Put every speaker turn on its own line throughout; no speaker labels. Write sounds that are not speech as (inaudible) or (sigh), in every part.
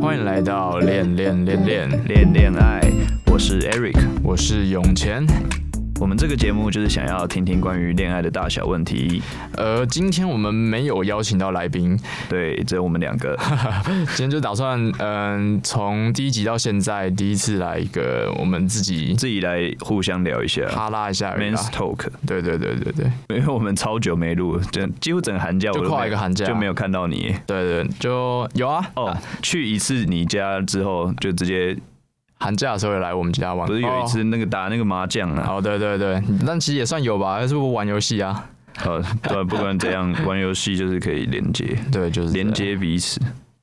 欢迎来到恋恋恋恋，
恋恋爱，我是 Eric。
我是永乾。
我们这个节目就是想要听听关于恋爱的大小问题。
呃，今天我们没有邀请到来宾，
对，只有我们
(laughs)
两个。
今天就打算嗯，从第一集到现在第一次来一个我们自己
自己来互相聊一下
哈拉一下而已啦
，Men's Talk，
对对对对对
因为我们超久没录，整几乎整寒假我都
就跨
没
一个寒假
就没有看到你。
对对，就有啊。
哦，去一次你家之后，就直接
寒假的时候也来我们家玩，
不是有一
哦。
次那个打那个麻将啊？
哦，对对对，但其实也算有吧，是不玩游戏啊？
呃，对，不管怎样，玩游戏就是可以连接，
对，就是这样
连。接彼此。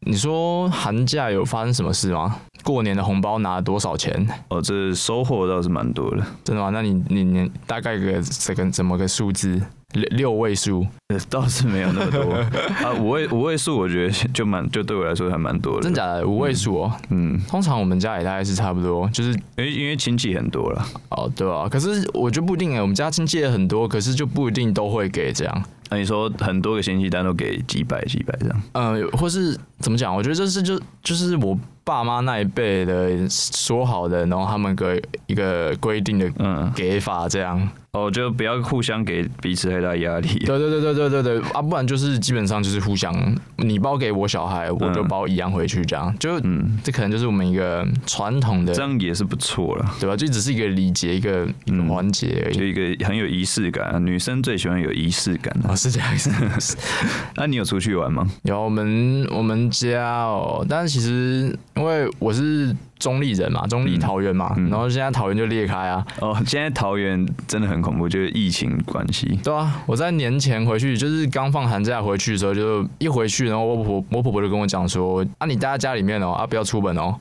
你说寒假有发生什么事吗？过年的红包拿了多少钱？
哦，这收获倒是蛮多的，
真的吗？那你你你大概个这个怎么个数字？六六位数？
呃 (laughs) 倒是没有那么多啊。五位五位数，我觉得就蛮就对我来说还蛮多的。
真？假的五位数哦、
嗯，
通常我们家也大概是差不多，就是
因为因为亲戚很多了。
哦，对啊。可是我就不一定哎、我们家亲戚也很多，可是就不一定都会给这样。
那、啊你说很多个亲戚单都给几百几百这样？
呃，或是怎么讲？我觉得这是就就是我爸妈那一辈的说好的，然后他们个一个规定的
嗯，
给法这样。
哦，就不要互相给彼此太大压力。
对对对对对对对啊，不然就是基本上就是互相，你包给我小孩，我就
嗯
包一样回去这样。就
嗯，
这可能就是我们一个传统的
这，样也是不错了，
对吧？就只是一个礼节，一个一个
嗯
环节而
就
已。
一个很有仪式感、啊。女生最喜欢有仪式感的、
哦，是这样子。 (laughs)
那、你有出去玩吗？
有我们我们家哦，但是其实因为我是中立人嘛，
嗯
中立桃园嘛，然后现在桃园就裂开啊，
哦，现在桃园真的很恐怖，就是疫情关
(laughs)
系。
对啊，我在年前回去，就是刚放寒假回去的时候，就一回去，然后我婆我婆婆就跟我讲说，啊，你待在家里面哦，啊，不要出门哦，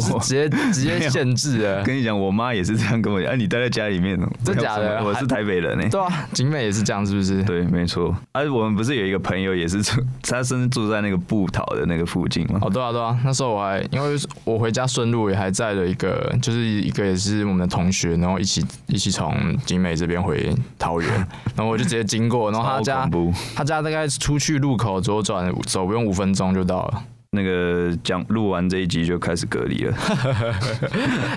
是
我
(laughs) 直接直
没
接
有
限制了。
跟你讲，我妈也是这样跟我讲。哎、你待在家里面哦，
真假的
还有什么我是台北人欸呢、
对啊，景美也是这样，是不是？
(laughs) 对，没错。啊，我们不是有一个朋友也是住， (laughs) 他甚至住在那个布桃的那个附近吗？
哦，对啊，对啊，那时候我还因为我回家顺路也还载了一个，就是一个也是我们的同学，然后一起一起从景美这边回桃 (laughs) 园，然后我就直接经过，然后哦他
超
家
恐怖。
他家大概出去路口左转走不用五分钟就到了，
那个讲录完这一集就开始隔
(laughs)
离了，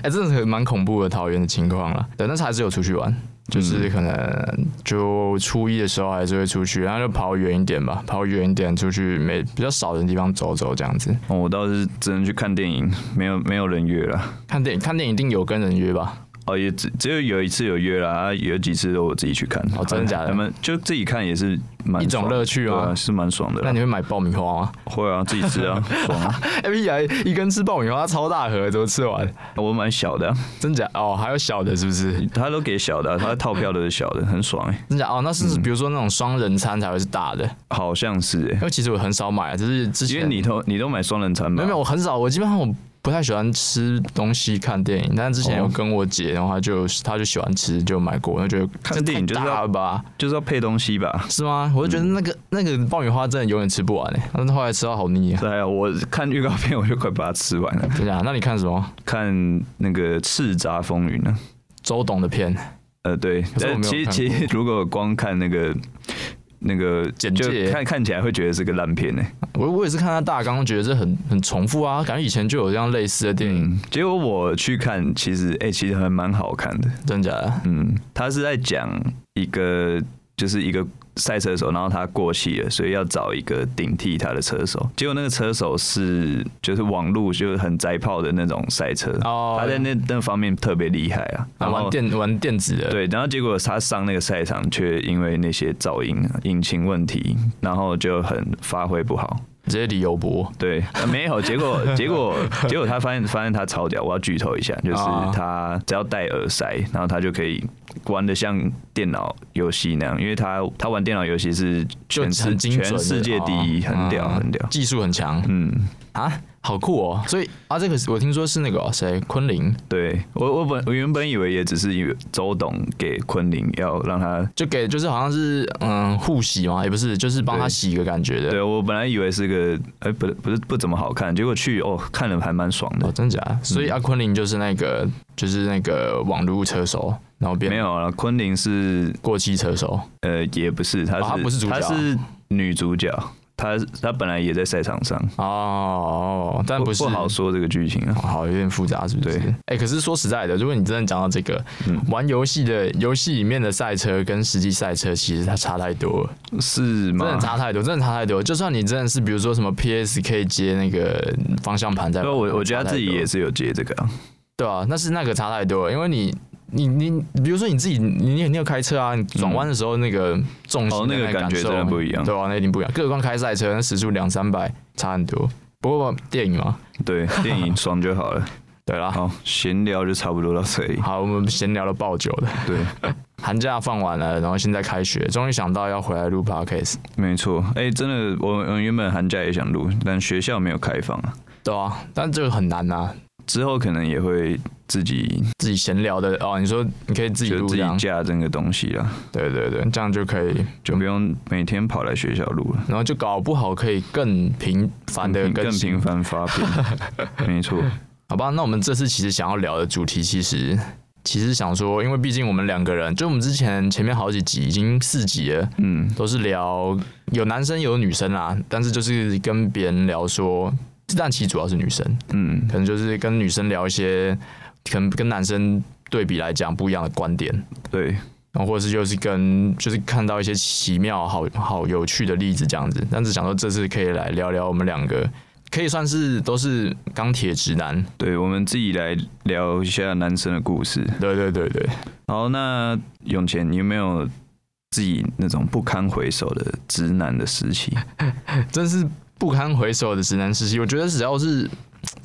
哎、真的是蛮恐怖的桃园的情况嗯了。对，但是还是有出去玩，就是可能就初一的时候还是会出去，然后就跑远一点吧，跑远一点出去没比较少人的地方走走这样子，
哦、我倒是只能去看电影，没有没有人约了。
看电影看电影一定有跟人约吧。
哦，也只只有有一次有约了，啊，有几次都我自己去看。哎
哦真的假的
他们就自己看也是蛮
一种
爽的
乐趣吗
对啊，是蛮爽的啦
那。你会买爆米花
(laughs)
吗？
会啊，自己
(laughs)
吃啊，爽啊。
哎，屁啊！一根吃爆米花超大盒，怎么吃完？
我买小的啊、
真假？哦，还有小的，是不是？
他都给小的啊、他套票都是小的，很爽哎、
真假？哦，那是比如说那种双人餐才会是大的，
好像是
(laughs)
哎、
因为其实我很少买，啊就是之前
因为你都你都买双人餐
没
吧？
有没有，我很少，我基本上我不太喜欢吃东西看电影，但之前
哦
有跟我姐，然后她就她就喜欢吃，就买过，我就觉得
看
这
电影
太
就
大
是要嗯
了吧？
就是要配东西吧。
是吗？我就觉得那个、那个爆米花真的永远吃不完哎、但是后来吃到好腻啊。
(laughs) 对啊，我看预告片我就快把它吃完了。
真假？那你看什么？
看那个《叱咤风云》呢？
周董的片
呃，对，
是我
但
没有
其实
看
其实如果光看那个那个
简
就
介
看看起来会觉得是个烂片欸呢、
我我也是看他大纲，觉得这很很重复啊，感觉以前就有这样类似的电影，
嗯，结果我去看，其实哎、其实还蛮好看的。
真假的？啊
嗯，他是在讲一个就是一个赛车手，然后他过气了，所以要找一个顶替他的车手。结果那个车手是就是网路就是很宅炮的那种赛车，
哦
他在那那方面特别厉害啊。
啊，
然后
玩电玩电子的，，
对，然后结果他上那个赛场，却因为那些噪音、引擎问题，然后就很发挥不好。
直接理由博。
对，呃没有结果，结果结果他发现发现他超屌，我要剧透一下，就是
啊
他只要戴耳塞，然后他就可以玩的像电脑游戏那样，因为他他玩电脑游戏是
就
全世
很精准的
全世界第一，
哦
很屌
嗯
很屌。
技术很强
嗯，
啊，好酷哦！所以啊，这个我听说是那个哦谁、昆凌，
对我我本我原本以为也只是以为周董给昆凌要让他。
就给就是好像是嗯护洗嘛，也不是，就是帮他
对
洗一个感觉的。
对，我本来以为是个，哎、不，不是不怎么好看，结果去哦，看了还蛮爽的
哦，。真假？所以啊，昆凌就是那个就是那个网路车手，然后变
没有啊，昆凌是
过气车手。
呃也不是，她是、
哦她不是主角
她是女主角，她她本来也在赛场上，
哦，但不是
不好说这个剧情啊。
哦好，有点复杂，是不是？
对嗯
哎、可是说实在的，如果你真的讲到这个，玩游戏的游戏里面的赛车跟实际赛车，其实它差太多了，
是
真的
吗？
差太多，真的差太多。就算你真的是比如说什么 PSK 接那个方向盘在玩，
对，我我觉得
差太
她自己
多
也是有接这个、啊，
对啊，那是那个差太多了，因为你。你你比如说你自己，你你你有开车啊，你转弯的时候那个重
哦
心的
那个
感
感觉
受
真的不一样
对啊，那一定不一样。更何况开赛车，那时速两三百差很多。不过电影嘛，
对，电影爽就好了。
(laughs) 对啦，
好，闲聊就差不多到这里。
好，我们闲聊了爆久的，
对，
寒假放完了，然后现在开学，终于想到要回来录 podcast。
没错。哎、真的，我我原本寒假也想录，但学校没有开放啊。
对啊，但这个很难啊，
之后可能也会自己
自己闲聊的哦。你说你可以自己
就
录
自
这
己
样，
架这个东西啦，
对对对，这样就可以，
就不用每天跑来学校录了。
然后就搞不好可以更频繁的
更
更
更
新
频繁发片，
(laughs)
没错，
好吧，那我们这次其实想要聊的主题，其实其实想说，因为毕竟我们两个人，就我们之前前面好几集已经四集了，
嗯，
都是聊有男生有女生啦，但是就是跟别人聊说，但其实主要是女生，
嗯，
可能就是跟女生聊一些，可能跟男生对比来讲不一样的观点，
对，
然后或者是就是跟就是看到一些奇妙、好好有趣的例子这样子。但是想说这次可以来聊聊我们两个，可以算是都是钢铁直男。
对，我们自己来聊一下男生的故事。
对对对对，
好，那永前，你有没有自己那种不堪回首的直男的
(laughs)
时期？
(laughs) 真是不堪回首的直男时期。我觉得只要是。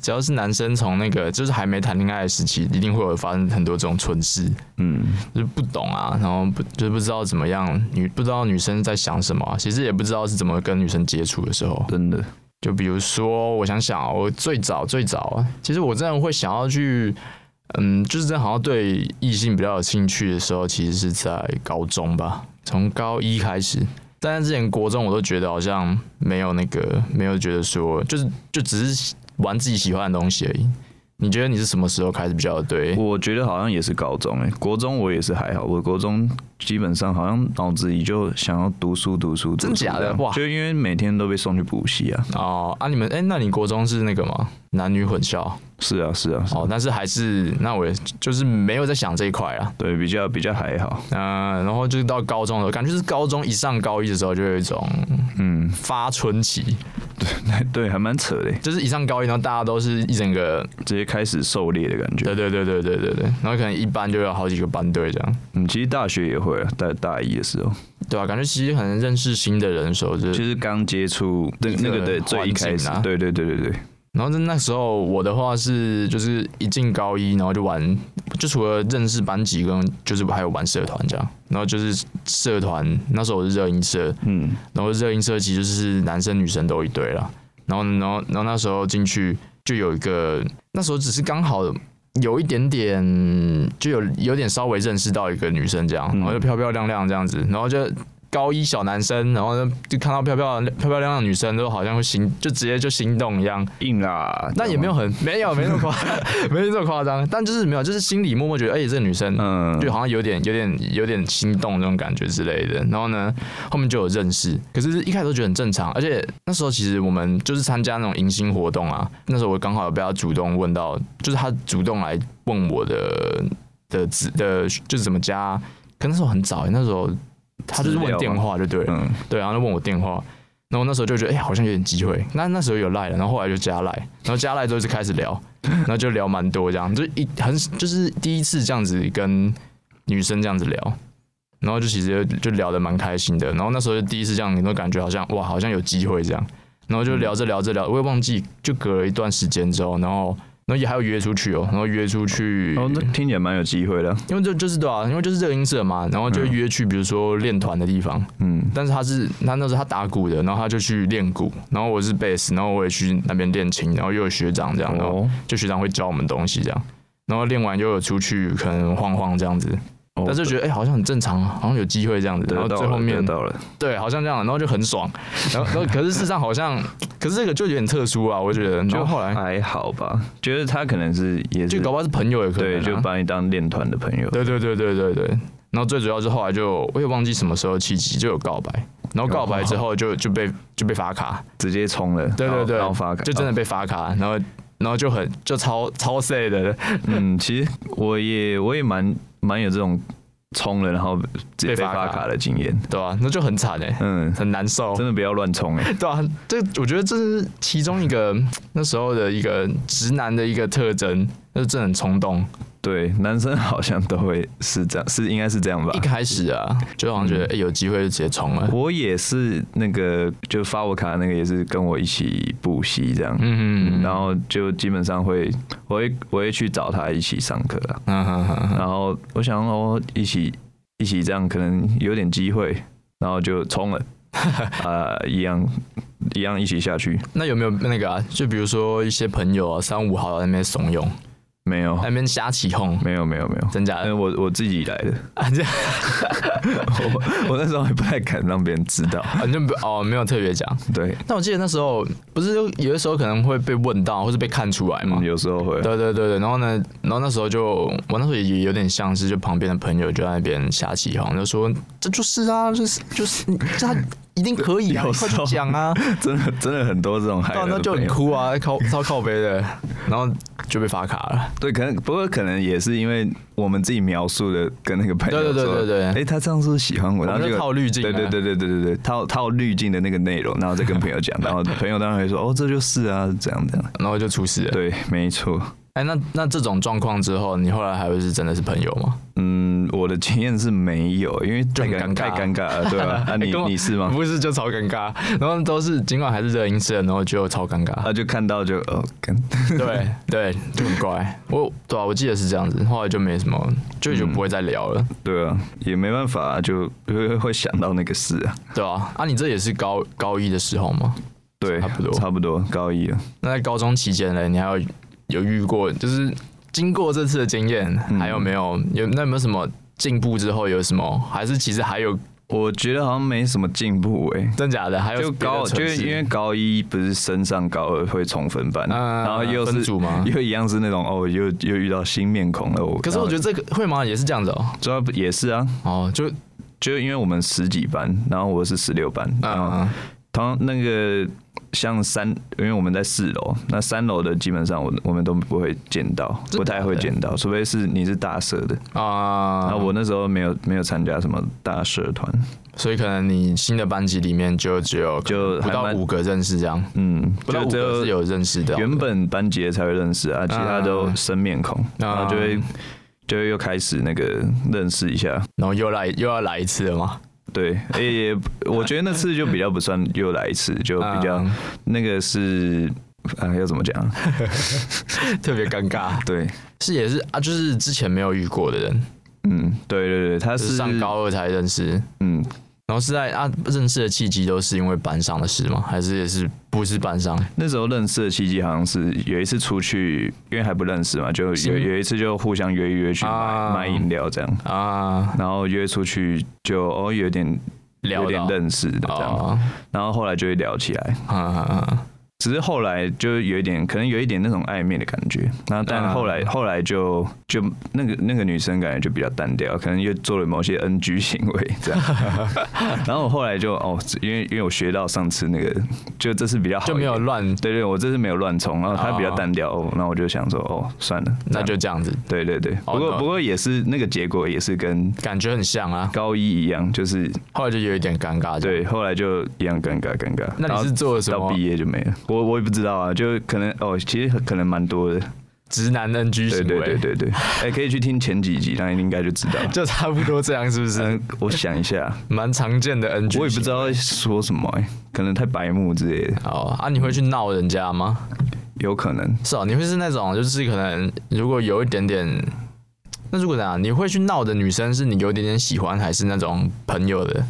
只要是男生从那个就是还没谈恋爱的时期，一定会有发生很多这种蠢事，
嗯，
就是不懂啊，然后不就是不知道怎么样，女不知道女生在想什么啊、其实也不知道是怎么跟女生接触的时候，
真的，
就比如说，我想想啊，我最早最早啊，其实我真的会想要去，嗯，就是真的好像对异性比较有兴趣的时候，其实是在高中吧，从高一开始。但是之前国中我都觉得好像没有那个，没有觉得说，就是就只是玩自己喜欢的东西而已。你觉得你是什么时候开始比较对？
我觉得好像也是高中诶、国中我也是还好，我国中基本上好像脑子里就想要读书读书，
真
读书
假的
这样
哇
就因为每天都被送去补习啊，
哦啊，你们哎、那你国中是那个吗？男女混校
是啊是啊，是啊
哦，但是还是那我也就是没有在想这一块啊。
对，比较比较还好，
嗯，然后就是到高中的时候，感觉是高中一上高一的时候，就有一种
嗯，
发春期，
(laughs) 对，还蛮扯的欸，
就是一上高一，然后大家都是一整个，
直接开始狩猎的感觉。
对对对对对对对，然后可能一班就有好几个班队这样，
嗯，其实大学也会啊，在大一的时候，
对吧、啊？感觉其实可能认识新的人的时候，就，
就是是刚接触那那个
一
的
个
最一开
环
始
境啊，
对对对对对，
然后在那时候我的话是就是一进高一，然后就玩，就除了认识班级跟就是还有玩社团这样，然后就是社团那时候我是热音社，
嗯，
然后热音社其实就是男生女生都一堆啦。然后，然后，然后那时候进去就有一个，那时候只是刚好有一点点，就有有点稍微认识到一个女生这样，
嗯
然后就漂漂亮亮这样子，然后就高一小男生，然后就看到漂漂亮漂漂亮亮的女生，都好像会心就直接就心动一样。
硬啦，啊
但也没有很没有没那么
(laughs)
夸没那么夸张，啊但就是没有，就是心里默默觉得，哎、这个女生
知道吗，嗯，
就好像有点、有点、有点心动那种感觉之类的。然后呢，后面就有认识，可是一开始都觉得很正常。而且那时候其实我们就是参加那种迎新活动啊，那时候我刚好有被他主动问到，就是他主动来问我的的子的，就是怎么加。可那时候很早、那时候他就是
资料
问
吗
电话就对了，
嗯，
对，然后就问我电话。然后那时候就觉得，哎、好像有点机会。那那时候有赖了，然后后来就加赖，然后加赖之后就开始聊，然后就聊蛮多这样，就一很就是第一次这样子跟女生这样子聊，然后就其实就聊得蛮开心的。然后那时候就第一次这样，你都感觉好像哇，好像有机会这样。然后就聊着聊着聊，我也忘记，就隔了一段时间之后，然后然后也还有约出去哦，然后约出去，
哦，那听起来蛮有机会的，
因为就就是对啊，因为就是这个音色嘛，然后就约去比如说练团的地方，
嗯，
但是他是他那时候他打鼓的，然后他就去练鼓，然后我是贝斯，然后我也去那边练琴，然后又有学长这样，啊然后
哦，
就学长会教我们东西这样，然后练完又有出去可能晃晃这样子，
哦
但是觉得哎、好像很正常，啊，好像有机会这样子，然
得
后
到
最后
了，得
面
到了，
对，好像这样，然后就很爽，然后然后可是事实上好像，可是这个就有点特殊啊，我觉得，然后
就
后来
还好吧，觉得他可能是也
就是搞不好是朋友也可能、
对，
啊，
就把你当练团的朋友，
对对对对对对。然后最主要是后来就我也忘记什么时候契机就有告白，然后告白之后就就被就被罚卡，
直接冲了，
对
然
对
后
对，
然后发卡，哦
就真的被罚卡，然后然后就很就超超 sad 的
嗯，其实我也我也蛮蛮有这种冲了然后直接
被
被
罚
发
卡
卡的经验，
对吧、那就很惨哎、
嗯，
很难受，
真的不要乱冲哎，
(laughs) 对啊，这我觉得这是其中一个那时候的一个直男的一个特征，就是真的很冲动。
对，男生好像都会是这样，是应该是这样吧嗯
一。开始啊，就好像觉得、诶有机会就直接冲了。
我也是那个，就发我卡那个也是跟我一起补习这样，
嗯
然后就基本上会，我会我会去找他一起上课啊。
嗯哼哼哼，
然后我想哦，一起一起这样可能有点机会，然后就冲
(laughs)
了，啊、一样一样一起下去，
那有没有那个啊？就比如说一些朋友啊，三五好友在那边怂
哦
恿，
没有
在那边瞎起哄，
没有没有没有，
真假
因为
的？
我我自己来的，
啊，这
我我那时候还不太敢让别人知道，
啊，你就不哦，没有特别讲。
对，
但我记得那时候不是有有的时候可能会被问到，或是被看出来嘛
嗯，。有时候会，
对对对对，然后呢，然后那时候就我那时候也也有点像是就旁边的朋友就在那边瞎起哄，就说这就是啊，就是就是这他一定可以啊，
(laughs) 有
你
时
快
候
去讲啊，
真的真的很多这种害
对啊，
人
那
的
就
朋
很
友
哭啊，靠超靠背的，然后就被罚卡了。
对，可能不过可能也是因为我们自己描述的跟那个朋友
对对对
说
对对
哎、他这样是不是喜欢我，
我
然
们
后
就
就
套滤镜啊
对对对对对对对，套套滤镜的那个内容，然后再跟朋友讲，然后朋友当然会说，哦，这就是啊，这样这样，
然后就出事了。
对，没错，
哎，那那这种状况之后，你后来还会是真的是朋友吗？
嗯，我的经验是没有，因为
就
太
很
尴
尴尬
太尴尬了，对吧、啊？你
跟我
你是吗？
不是，就超尴尬。然后都是尽管还是热音社，然后就超尴
(laughs)
尬。
啊，就看到就哦，跟
(laughs) 对对，就很乖。我对啊，我记得是这样子，后来就没什么，就
嗯
就不会再聊了，
对啊，也没办法、啊，就会会想到那个事啊，
对啊？啊，你这也是高高一的时候吗？
对，
差不多
差不多，高一啊了，
那在高中期间呢，你还有有遇过，就是经过这次的经验，
嗯
还有没有有那有没有什么进步之后有什么？还是其实还有
我觉得好像没什么进步哎、
真假的？还有
就
别的
高，
蠢
就是
事
因为高一不是升上高二会重分班，
嗯
然后又
分
是
组吗
(laughs) 又一样是那种哦，又又遇到新面孔了。我
可是我觉
得
得这个会吗？也是这样子哦、
主要也是啊，
哦，就嗯
就因为我们十几班，然后我是十六班，然后
嗯
同那个像三，因为我们在四楼，那三楼的基本上我我们都不会见到，
真的
不太会见到，除非是你是大社的。
啊，
然后我那时候没有没有参加什么大社团，
所以可能你新的班级里面就只有
就
不
还
到
蛮
五个认识这样，
嗯，
不到
就
五
只
个
有
是有认识的哦。
原本班级的才会认识啊，其他都生面孔，
啊
然后就会就会又开始那个认识一下。
然后又来又要来一次了吗？ (laughs)
对，诶、我觉得那次就比较不算又来一次，就比较、
啊
那个是啊，要怎么讲？
特别尴尬，
对，
是也是啊，就是之前没有遇过的人，
嗯，对对对，他
就是是上，高二才认识，
嗯，
然后是在啊认识的契机都是因为班上的事吗？还是也是不是班上？
那时候认识的契机好像是有一次出去，因为还不认识嘛，就有
是
有一次就互相约一约去买、
啊
买饮料这样，
啊，
然后约出去就哦有点
聊
有点
到
认识的这样，
哦
然后后来就会聊起来，
啊啊啊，
只是后来就有一点，可能有一点那种暧昧的感觉。然后，但
啊
后来、后来就就那个那个女生感觉就比较单调，可能又做了某些 NG 行为这样。
(laughs)
然后我后来就哦，因为因为我学到上次那个，就这次比较好一
就
点，
没有乱，
对对，我这次没有乱冲，然后她比较单调，哦，那我就想说哦，算了，
啊那就
这样
这样子，
对对对。
哦
不过
那
不过也是那个结果也是跟
感觉很像啊。
高一一样，就是
后来就有一点尴尬，。
对，后来就一样尴尬尴尬。
啊那
然
你
后
是做了什
到
么
毕业就没了，我我也不知道啊，就可能哦，其实可能蛮多的，
直男 NG 行
对
为？
对对对对，哎、可以去听前几集，那你应该就知道了。
(laughs) 就差不多这样，是不是？
嗯，我想一下，
蛮常见的 NG 行为。
我也不知道说什么、哎，可能太白目之类的，
好啊，你会去闹人家吗？
有可能。
是哦，你会是那种就是可能如果有一点点，那如果怎样，你会去闹的女生是你有一点点喜欢，还是那种朋友的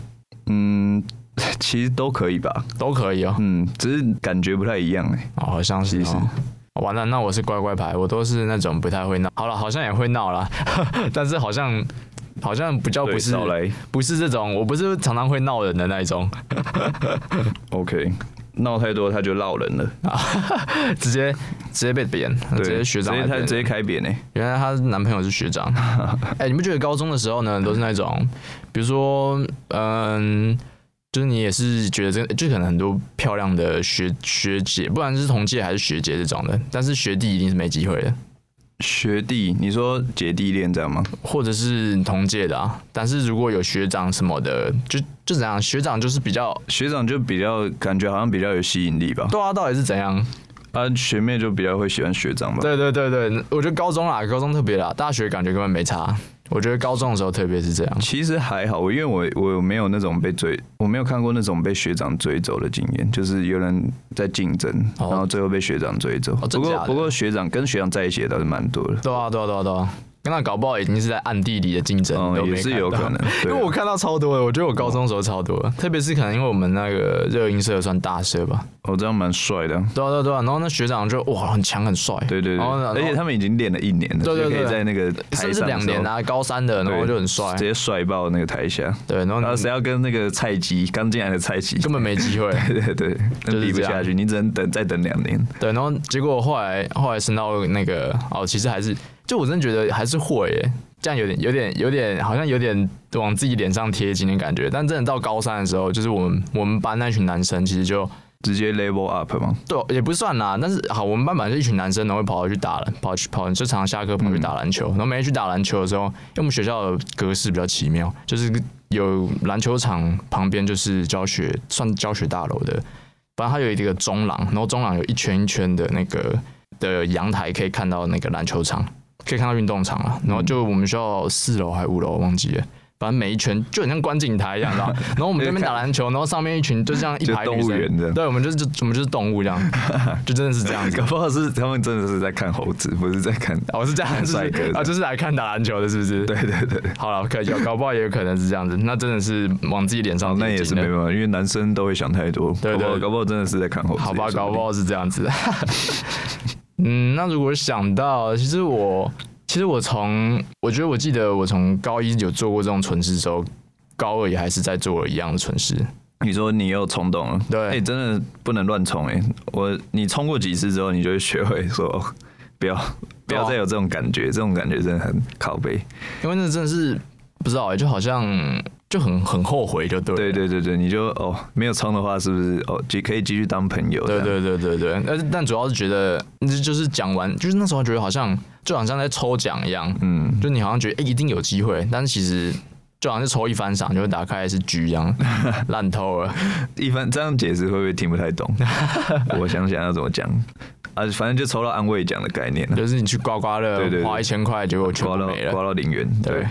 嗯， (laughs) 其实都可以吧，
都可以哦。
嗯，只是感觉不太一样、哎，
哦，好像是
其实
哦。完了，那 (laughs) 我是乖乖牌，我都是那种不太会闹。好了，好像也会闹啦，但是好像好像比较
对
哦不是
少来
不是这种，我不是常常会闹人的那一种，
OK，闹太多他就闹人了，
直接直接被扁，啊直接学长
直
来
接他
扁
直接开扁呢、欸
原来她男朋友是学长。
(laughs)
哎、你不觉得高中的时候呢，都是那种，比如说，嗯，就是你也是觉得这个，就可能很多漂亮的学学姐，不管是同届还是学姐这种的，但是学弟一定是没机会的，
学弟，你说姐弟恋这样吗？
或者是同届的啊。但是如果有学长什么的，就就怎样，学长就是比较，
学长就比较感觉好像比较有吸引力吧，
对啊，到底是怎样？
啊，学妹就比较会喜欢学长吧。
对对对对，我觉得高中啦，高中特别啦，大学感觉根本没差。啊我觉得高中的时候特别是这样，
其实还好，我因为我我没有那种被追，我没有看过那种被学长追走的经验，就是有人在竞争，
哦
然后最后被学长追走。
哦真
不
假
过
的
不过学长跟学长在一起也倒是蛮多的，
对啊对啊对啊对啊，那搞不好已经是在暗地里的竞争， (laughs)
嗯
都，没
也是
看
有
到
可能。
因
对
为我看到超多的，我觉得我高中的时候超多的，特别是可能因为我们那个热音社算大社吧，
我这样蛮帅的啊，
对啊对啊对啊，然后那学长就哇很强很帅，
对对对，
然后呢
而且他们已经练了一年了，
对对
就可以
对
在那个
甚
台
至
上的
两
时
年
候，
啊，高三的，然后
对
就很帅嗯
直，接帅爆那个台下。
对，然后
然后谁
你
要跟那个菜鸡刚进来的菜鸡，
根本没机会，
(laughs) 对对对，那
就是
比不
这样
下去，你只能等再等两年。
对，然后结果后来后来升到那个哦，其实还是就我真的觉得还是会耶，这样有点有点有点好像有点往自己脸上贴金的感觉，但真的到高三的时候，就是我们我们班那群男生其实就
直接 level up
(laughs)
吗？
对，也不算啦。但是好，我们班本来就一群男生，然后会跑去打篮，跑去跑，就常常下课跑去打篮球。然后每天去打篮球的时候，因为我们学校的格式比较奇妙，就是有篮球场旁边就是教学，算教学大楼的，反正它有一个中廊，然后中廊有一圈一圈的那个的阳台，可以看到那个篮球场，可以看到运动场了。然后就我们学校四楼还五楼，我忘记了。反正每一圈就很像观景台一样，你知道
(laughs)
吗然后我们这边打篮球，然后上面一群就像一
就
排
动
女
物
生
园这样
对，我们就是就我们就是动
(laughs)
物这样，就真的是这样子。
搞不好是他们真的是在看猴子，不是在看。
哦，是这样子
帅哥
啊，就是来看打篮球的，是不是？
对对对，
好了，可以有搞不好也有可能是这样子，那真的是往自己脸上
哦，那
贴
也是
金
没
的
办法，因为男生都会想太多。
对对
搞不好搞不好真的是在看猴子。
好吧，
也说
搞
定
不好是这样子。 (laughs) 嗯，那如果想到，其实我，其实我从，我觉得我记得我从高一有做过这种蠢事之后，高二也还是在做一样的蠢事。
你说你又冲动了，
对
哎、真的不能乱冲哎！我你冲过几次之后，你就会学会说，哦不要不
啊
要再有这种感觉，这种感觉真的很靠背。
因为那真的是不知道、欸，就好像就很很后悔，就对了。
对对对对，你就哦没有冲的话，是不是哦继可以继续当朋友？
对
这样
对对对对，但但主要是觉得，就是讲完，就是那时候觉得好像就好像在抽奖一样，
嗯，
就你好像觉得哎、欸一定有机会，但是其实就好像是抽一番赏，就会打开是局一 (laughs) 样，烂透了。
一般这样解释会不会听不
(laughs)
太懂？我想想要怎么讲啊，反正就抽到安慰奖的概念
(laughs)
了，
就是你去刮刮乐
对对对
花一千块，结果全部
刮到
没了。
刮到零元，对
对，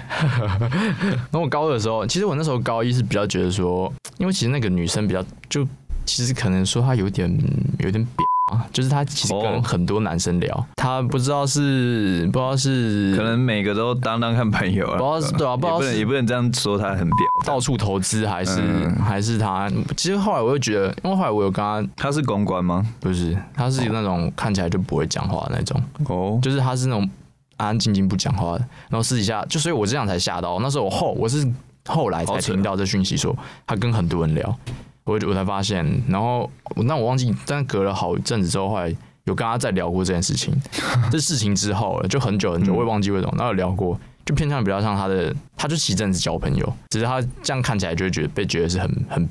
然后我高二的时候，其实我那时候高一是比较觉得说，因为其实那个女生比较就其实可能说她有点有点扁啊，就是她其实
哦
跟很多男生聊，她不知道是不知道是
可能每个都当当看朋友啊，
不知道是对啊不知道
也不能
是
也不能这样说他很表，
到处投资还是、
嗯
还是她，其实后来我就觉得，因为后来我有跟她
他是公关吗？
不是，她是那种看起来就不会讲话的那种。
哦，
就是他是那种安安静静不讲话的，然后私底下就，所以我这样才吓到。那时候我后我是后来才
好扯
听到这讯息说他跟很多人聊，我我才发现。然后我那我忘记，但隔了好一阵子之后，后来有跟他再聊过这件事
(laughs)
情，这事情之后了，就很久很久，
嗯
我也忘记为什么，那有聊过。就偏向比较像他的，他就其实真的是交朋友，只是他这样看起来就会觉得被觉得是很
(laughs)
很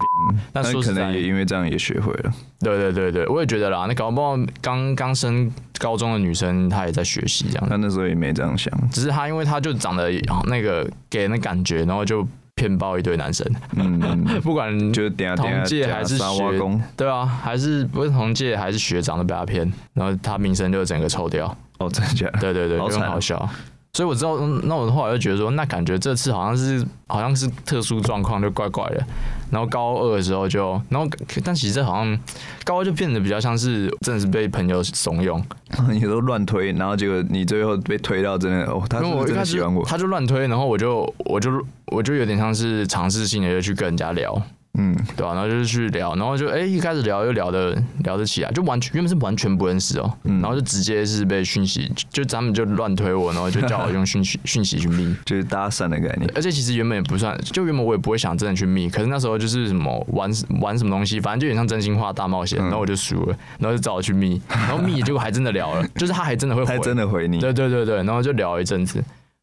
但
那
说
可
实在
能也因为这样也学会了。
对对对对，我也觉得啦。那搞不好刚刚升高中的女生，她也在学习这样子
他那时候也没这样想，
只是他因为他就长得哦那个给人的感觉，然后就骗爆一堆男生， (laughs)
嗯，
不管
就点下点
同届
下
还是
沙挖
学
工
对啊，还是不是同届还是学长都被他骗，然后他名声就整个臭掉。
哦，真的假 (laughs) 的？
对对对，
好
就
惨
很
哦
好笑。所以我知道，嗯那我后来就觉得说，那感觉这次好像是好像是特殊状况，就怪怪的。然后高二的时候就，然后但其实好像高二就变得比较像是真的是被朋友怂恿，
你都乱推，然后结果你最后被推到真的哦，他是
因
不
为我一
是真
开
的
始
喜欢我，
他就乱推，然后我就我就我就有点像是尝试性的就去跟人家聊，
嗯，
对啊吧、然后就是去聊，然后就哎、诶一开始聊又聊得聊得起来，就完全原本是完全不认识哦、
嗯
然后就直接是被讯息，就咱们就乱推我，然后就叫我用讯息 (laughs) 讯息去密。
就是搭讪的概念。
而且其实原本也不算，就原本我也不会想真的去密，可是那时候就是什么玩玩什么东西，反正就有点像真心话大冒险，
嗯
然后我就输了，然后就找我去密，然后密结果还真的
(laughs)
聊了，就是他还真的会回
他，真的回你，
对对对对，然后就聊一阵子，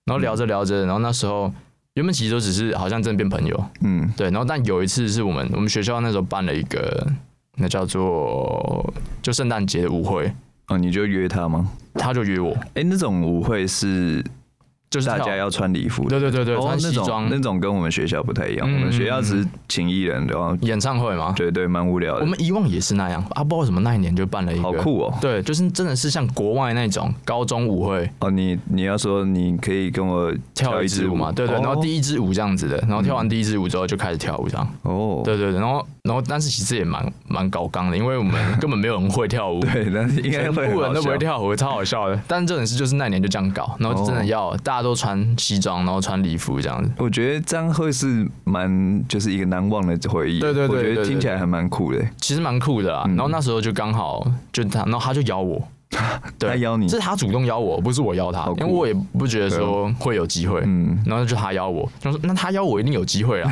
然后聊着聊着，然后那时候原本其实都只是好像真的变朋友，
嗯，
对，然后但有一次是我们我们学校那时候办了一个那叫做就圣诞节的舞会，
哦，你就约他吗？
他就约我，
哎、那种舞会是
就是
大
跳
家要穿礼服的
对，对对对，
哦，
穿
那
西
种
装
那种跟我们学校不太一样，
嗯
我们学校只是请艺人，然后
演唱会嘛，
对对，蛮无聊
我
的，
们以往也是那样啊，不知道为什么那一年就办了一个，
好酷哦。
对，就是真的是像国外那种高中舞会
哦，你你要说你可以跟我
跳一
一
支
支
舞嘛，对对，
哦嗯
然后第一支舞这样子的，然后跳完第一支舞之后就开始跳舞这样，
哦，
对对对，然后然后但是其实也蛮蛮高纲的，因为我们 (laughs) 根本没有人会跳舞，
对，但是应该
全
会
部
很
人
好
都不会
笑。
跳舞，超好笑的。 (laughs) 但这种事就是那年就这样搞，然后就真的要大家都穿西装，然后穿礼服这样子。
我觉得这样会是蛮就是一个难忘的回忆，
对对对
我觉
对
得
对
听起来还蛮酷的。
其实蛮酷的啦。然后那时候就刚好就他，然后他就邀我，对，
他邀你
是他主动邀我，不是我邀他
好，酷
因为我也不觉得说会有机会。
嗯，
然后就他邀我，他说那他邀我一定有机会 (laughs) 啊。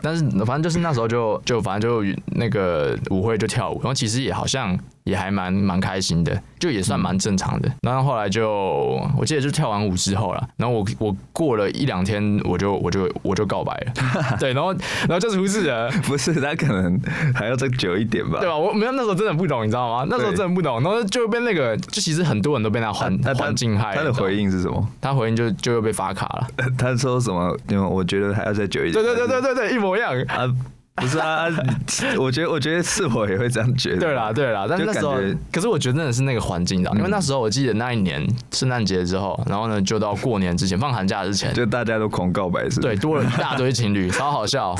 但是反正就是那时候就就反正就那个舞会就跳舞，然后其实也好像也还蛮蛮开心的，就也算蛮正常的。然后后来就我记得就跳完舞之后了，然后我我过了一两天我就我就我就告白 (laughs) 了，对，然后然后就出事 (laughs) 了。
不是，他可能还要再久一点吧。
啊对吧？啊我没有那时候真的不懂，你知道吗？那时候
对
真的不懂，然后就被那个，就其实很多人都被那环
那他
环境害。
他的回
应，
应是什么？ (laughs)
他回应就就又被罚卡了。
他说什么？因为我觉得还要再久一点。
对对对对对对，一模一样。
啊，不是啊， (laughs) 我觉得我觉得是我也会这样觉得。
对啦，对啦，但是
就
那
感
时候
觉，嗯
可是我觉得真的是那个环境的，啊因为那时候我记得那一年圣诞节之后，然后呢，就到过年之前放寒假之前，
就大家都狂告白是不
对，
是？
多了一大堆情侣，超好
(laughs)
笑，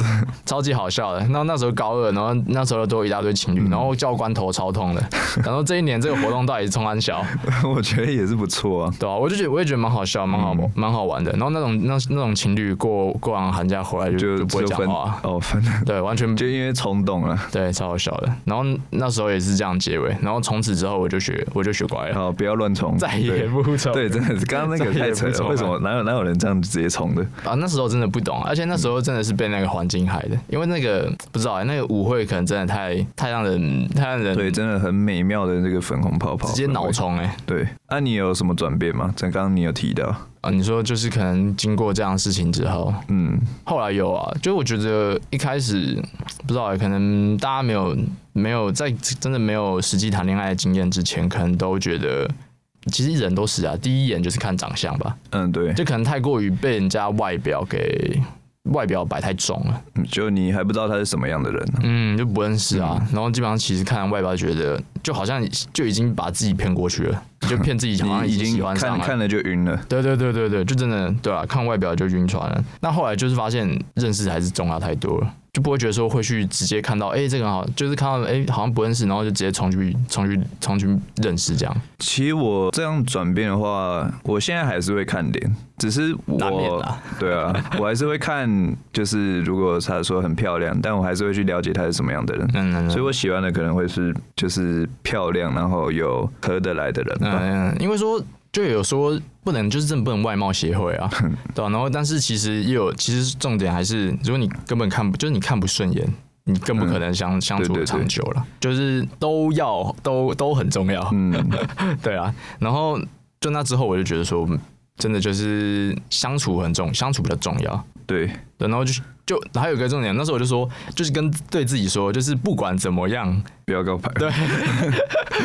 超级好笑的。然后那时候高二，然后那时候多了一大堆
嗯
情侣，然后教官头超痛的。然后这一年这个活动到底是冲安小？
对， (laughs) 我觉得也是不错啊。
对啊，我就觉得我也觉得蛮好笑，蛮
嗯
好蛮、好玩的。然后那种那那种情侣过过完寒假回来就
就
就不会
就
讲
分
话，啊
哦分， (laughs)
对，完全
就因为冲动啊
(laughs)
了。
对，超好笑的。然后那时候也是这样结尾，然后从此之后我就学我就学乖了，
好，哦不要乱冲，
再也
对
不冲。
对，真
(laughs)
的是刚刚那个太扯
再也不冲
了，
了
为什么哪有哪有人这样直接冲的？
啊，那时候真的不懂，而且那时候真的是被那个环境害的，因为那个不知道、欸、那个舞会可能真的太太让人太让人
对，真的很美妙的那个粉红泡泡，
直接脑
冲。
冲哎、欸。
对，那、你有什么转变吗？这刚刚你有提到，
啊，你说就是可能经过这样的事情之后，
嗯，
后来有啊，就我觉得一开始不知道欸，可能大家没有没有在真的没有实际谈恋爱的经验之前，可能都觉得其实人都是啊，第一眼就是看长相吧，
嗯，对，
就可能太过于被人家外表给外表摆太重了，
嗯就你还不知道他是什么样的人呢、
嗯，就不认识啊，然后基本上其实看外表觉得就好像就已经把自己骗过去了，就骗自己好 (laughs) 像
你已
经
经
喜欢上
看
了。
看了就晕了，
对对对对对，就真的对啊，看外表就晕船了。那后来就是发现认识还是重要太多了，就不会觉得说会去直接看到，哎、这个人好，就是看到哎、诶好像不认识，然后就直接冲去冲去冲去认识这样。
其实我这样转变的话，我现在还是会看脸，只是
难免
我
啦，
对啊，我还是会看，就是如果他说很漂亮，但我还是会去了解他是什么样的人。
嗯嗯
所以我喜欢的可能会是就是漂亮，然后有合得来的人
嗯
吧。
嗯，因为说就有说不能就是真的不能外貌协会
(laughs)
啊，对啊然后但是其实也有，其实重点还是如果你根本看不就是你看不顺眼。你更不可能相、相处
嗯对对对
长久了，就是都要都都很重要，
嗯，
对啊，然后就那之后，我就觉得说，嗯真的就是相处很重，相处比较重要。
对，
对，然后就就还有一个重点，那时候我就说，就是跟对自己说，就是不管怎么样， (laughs)
不要告白。
对，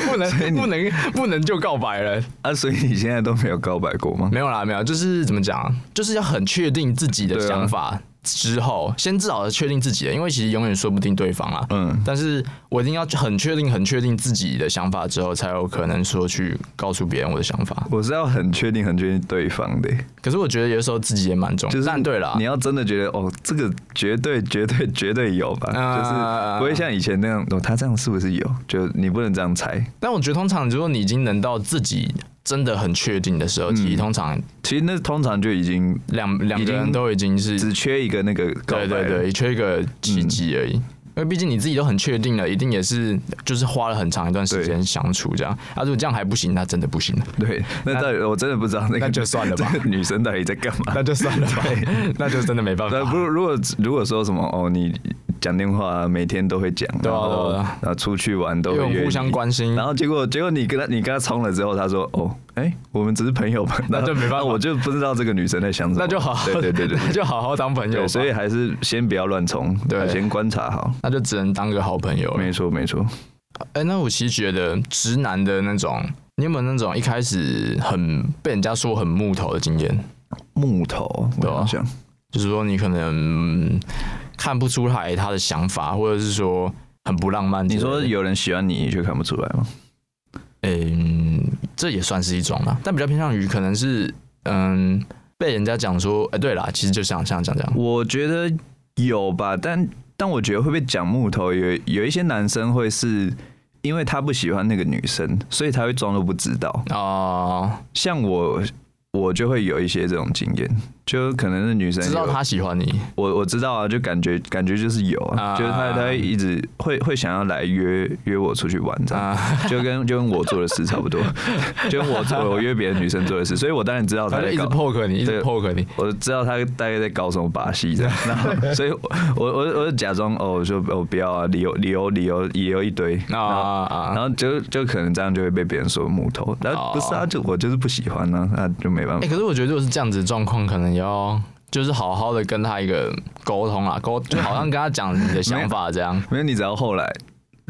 不能不能不能就告白了。
(laughs) 啊，所以你现在都没有告白过吗？
没有啦，没有，就是怎么讲啊，就是要很确定自己的
对啊
想法之后，先至少确定自己的，因为其实永远说不定对方啊。
嗯，
但是我一定要很确定、很确定自己的想法之后，才有可能说去告诉别人我的想法。
我是要很确定、很确定对方的、
可是我觉得有时候自己也蛮重，
就是
但对啦，
你要真的觉得哦，这个绝对、绝对、绝对有吧，
啊
就是不会像以前那样哦，他这样是不是有？就你不能这样猜，
但我觉得通常如果你已经能到自己真的很确定的时
嗯
候，其实通常
其实那通常就已经
两两个人都已经是
只缺一个那个告白
对
了，
对对，缺一个契
嗯
机而已。因为毕竟你自己都很确定了，一定也是就是花了很长一段时间相处这样。啊，如果这样还不行，那真的不行了，
对，那到底我真的不知道那个
那就算了吧
这个 (laughs) 女生到底在干嘛？
就算了吧，那就真的没办
那
法。
不如果如果说什么哦，你讲电话每天都会讲，
对啊
然后
对啊
然后出去玩都
因为
会
我们
约
互相
你
关心
然后结果结果你跟他你跟他冲了之后，他说哦，哎、我们只是朋友吧，
(laughs) 那就没办法
然后我就不知道这个女生在想什么，
(laughs) 那就好好，
对对对对
那就好好当朋友吧
对，所以还是先不要乱冲，
对
先观察好，
那就只能当个好朋友了。
没错没错，
哎、那我其实觉得直男的那种，你有没有那种一开始很被人家说很木头的经验？
木头，我
对啊
好像
就是说你可能、嗯看不出来他的想法，或者是说很不浪漫之
你
类的。
说有人喜欢你却看不出来吗？
嗯，这也算是一种啦，但比较偏向于可能是嗯被人家讲说，哎、对啦，其实就像像讲 (laughs) 这样，
我觉得有吧，但但我觉得会被讲木头，有有一些男生会是因为他不喜欢那个女生，所以他会装作不知道。
哦、
像我，我就会有一些这种经验，就可能那女生有
知道他喜欢你，
我我知道啊，就感觉感觉就是有啊，
啊
就是他他会一直会会想要来约约我出去玩这样，
啊
就跟就跟我做的事差
(laughs)
不多，就跟我做我约别的女生做的事，所以我当然知道他
他就
在
一直
搞
poke 你，一直
对
poke 你，
我知道他大概在搞什么把
(laughs)
戏这样，然后所以我我我我就假装哦，我说我不要啊，理由理由理由理由一堆，
啊啊啊
然！后就就可能这样就会被别人说木头，但
哦
不是啊，就我就是不喜欢呢、那就没办
哎、
法。
可是我觉得如果是这样子的状况，可能也要就是好好的跟他一个沟通啦，沟就好像跟他讲你的想法这样，
(laughs) 没有你只要后来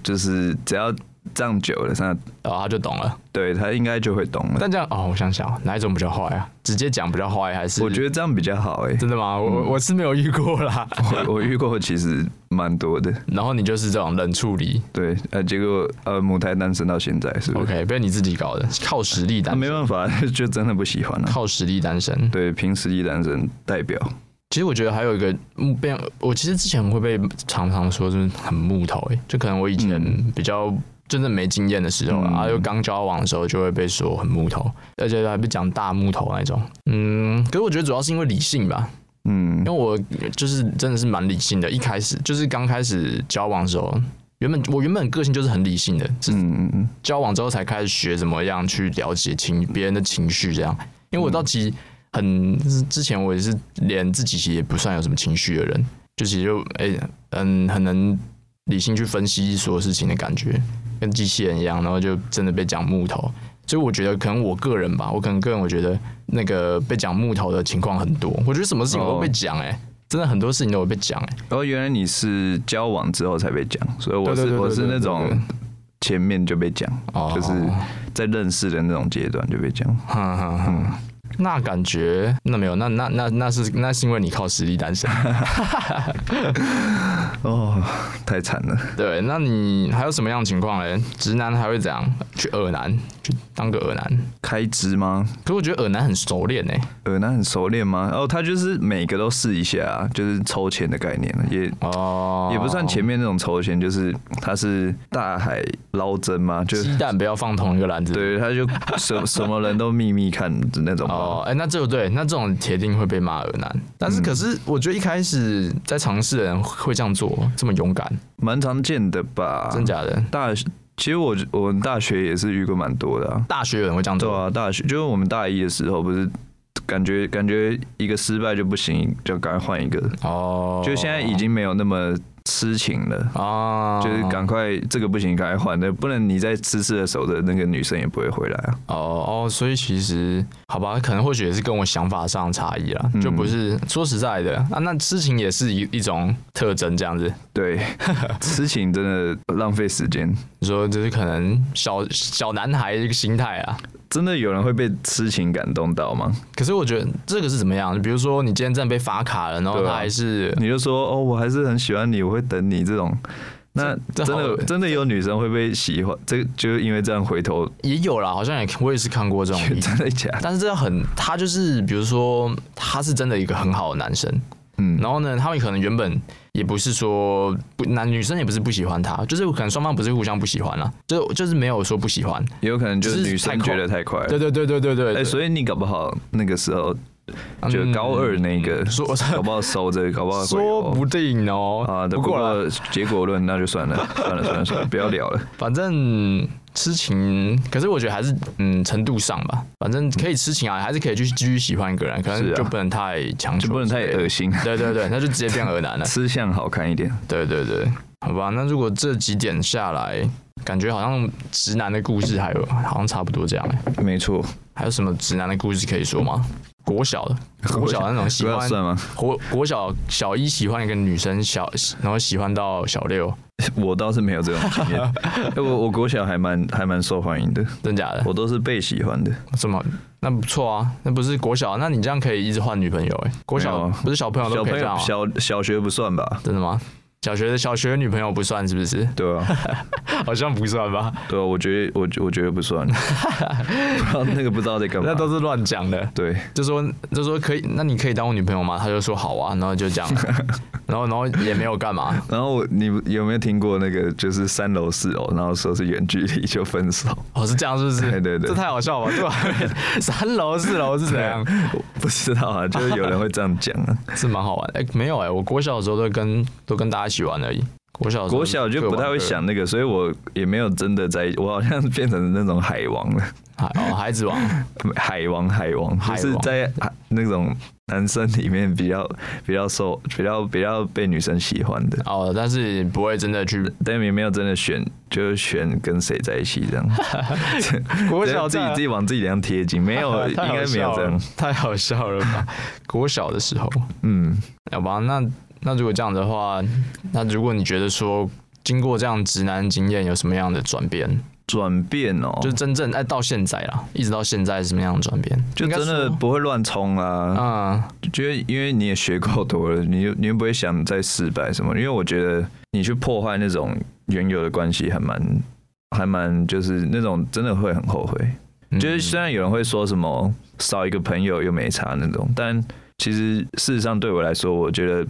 就是只要这样久了，那
然哦后他就懂了。
对他应该就会懂了。
但这样哦，我想想，哪一种比较坏啊？直接讲比较坏，还是
我觉得这样比较好
(laughs)
哎、
真的吗？我、我是没有遇过
(laughs)
啦。
我我遇过其实蛮多的，
然后你就是这种冷处理
对，呃，结果呃母胎单身到现在是不是？
，OK，被你自己搞
(laughs)
的，靠实力
那、
单
没
身，
办法， (laughs) 就真的不喜欢了、
靠实力单身。
对，凭实力单身代表。
其实我觉得还有一个木被我其实之前会被常常说就是很木头、欸，就可能我以前比较真正没经验的时候啦，
嗯
啊，又刚交往的时候就会被说很木头，而且还被讲大木头那种。嗯，可是我觉得主要是因为理性吧，
嗯
因为，我就是真的是蛮理性的，一开始就是刚开始交往的时候。原本我原本个性就是很理性的，是
嗯嗯嗯，
交往之后才开始学怎么样去了解情别人的情绪，这样。因为我到其实很之之前，我也是连自己其实也不算有什么情绪的人，就其实就哎、嗯很能理性去分析所有事情的感觉，跟机器人一样，然后就真的被讲木头。所以我觉得可能我个人吧，我可能个人我觉得那个被讲木头的情况很多，我觉得什么事情我都被讲哎、真的很多事情都有被讲哎、
哦，原来你是交往之后才被讲，所以我
对对
是
对对
我是
对
那
对对
种前面就被讲，
哦
就是在认识的那种阶段就被讲。
哼哼哼， (laughs) 那感觉那没有，那那那那是那是因为你靠实力单
(laughs)
身。
哦，太惨了。
对，那你还有什么样的情况嘞？直男还会怎样去耳男，去当个耳男？
开支吗？
可我觉得耳男很熟练欸呢、
呃，那很熟练吗？哦，他就是每个都试一下啊、就是抽签的概念了，也
哦，
也不算前面那种抽签，就是他是大海捞针嘛，就
鸡蛋不要放同一个篮子。
对，他就什 (laughs) 什么人都秘密看的那种吧。
哦，哎、那这个对，那这种铁定会被骂耳男。但
嗯
是可是，我觉得一开始在尝试的人会这样做，这么勇敢，
蛮常见的吧？
真假的？
大学其实我我们大学也是遇过蛮多的、啊，
大学有人会这样
对
做，
啊，大学就是我们大一的时候，不是感觉感觉一个失败就不行，就赶快换一个，
哦，
就现在已经没有那么痴情了。
啊，
就是赶快这个不行，赶快换的，不然你再痴痴的守着那个女生也不会回来啊。
哦哦，所以其实好吧，可能或许也是跟我想法上的差异啦，
嗯
就不是说实在的啊。那痴情也是一一种特征，这样子。 (laughs)
对，痴情真的浪费时间，
你说就是可能小小男孩一个心态啊。
真的有人会被痴情感动到吗？
可是我觉得这个是怎么样？比如说你今天真的被罚卡了，然后
对啊
他还是、
你就说哦，我还是很喜欢你，我会等你这种。那
这
真
这好
的真的有女生会被喜欢，这就是因为这样回头，哦
也有啦，好像也我也是看过这种例
(laughs)
子。
真的假的？
但是这很，他就是比如说他是真的一个很好的男生，
嗯，
然后呢，他们可能原本也不是说不男女生也不是不喜欢他，就是可能双方不是互相不喜欢啦，就就是没有说不喜欢。
也有可能就是
只是
女生
太快
觉得太快了。
对对对对对对
哎、
对
所以你搞不好那个时候哎就高二那个，
嗯说
搞不好
(laughs)
收着，搞不好会有
说不定哦、
哦啊，
不
不
过啦
过结果论那就算了，算了算
(laughs)
了算了，不要聊了。
反正痴情，可是我觉得还是嗯程度上吧，反正可以痴情啊，还是可以去继续喜欢一个人，可
是
能
啊
就不能太强求，
就不能太恶心。
对对对，那就直接变恶男了
吃相好看一点，
对对对，好吧，那如果这几点下来，感觉好像直男的故事还有好像差不多这样、欸。
没错。
还有什么直男的故事可以说吗？国小的，国小的那种喜
不要
欢
算吗？
国国小小一喜欢一个女生小，然后喜欢到小六，
(laughs) 我倒是没有这种经
(laughs)
验。哎我我国小还蛮还蛮受欢迎的，
真假的？
我都是被喜欢的。
怎么？那不错啊，那不是国小，那你这样可以一直换女朋友哎、国
没
小
有啊
不是小朋友
小
都可
朋
以这样、啊？
友小小学不算吧？
真的吗？小学的小学女朋友不算是不是？
对啊，
好像不算吧，
对啊，我觉得我我觉得不算，不知道那个不知道在干
(laughs)
嘛
那。都是乱讲的。
对，
就说就说可以，那你可以当我女朋友吗？他就说好啊，然后就这
(laughs)
样，然后然后也没有干嘛，
然后我你有没有听过那个就是三楼四楼，然后说是远距离就分手？ (laughs)
哦是这样是不是？
对对对
这太好笑了吧，对
(laughs)
吧？三楼四楼是怎样？
我不知道啊，就是有人会这样讲
(laughs)
啊。
是蛮好玩的。哎、没有哎、我国小的时候都跟都跟大家一起玩而已。国小的时候
国小就
各玩
不太会
各的
想那个，所以我也没有真的在，我好像变成那种海王了，
海哦孩子王，
(laughs) 海王海王，
海
就
王
是在啊那种男生里面比较比较受比较比较被女生喜欢的，
哦，但是不会真的
(laughs)
去
但也没有真的选，就是选跟谁在一起
(laughs)
这样。
国
自己自
己
己往自己脸上贴金，没
(laughs)
有，应该没有这样。，
太好笑了吧？国小的时候，
嗯，
要吧？那那如果这样的话，那如果你觉得说经过这样直男经验有什么样的转变，
转变哦，
就是真正哎到现在啦，一直到现在是什么样的转变？
就
应该
真的
说
不会乱冲啊。
嗯
觉得因为你也学够多了，你就你就不会想再失败什么。因为我觉得你去破坏那种原有的关系，还蛮还蛮就是那种真的会很后悔。
嗯
就是虽然有人会说什么少一个朋友又没差那种，但其实事实上对我来说，我觉得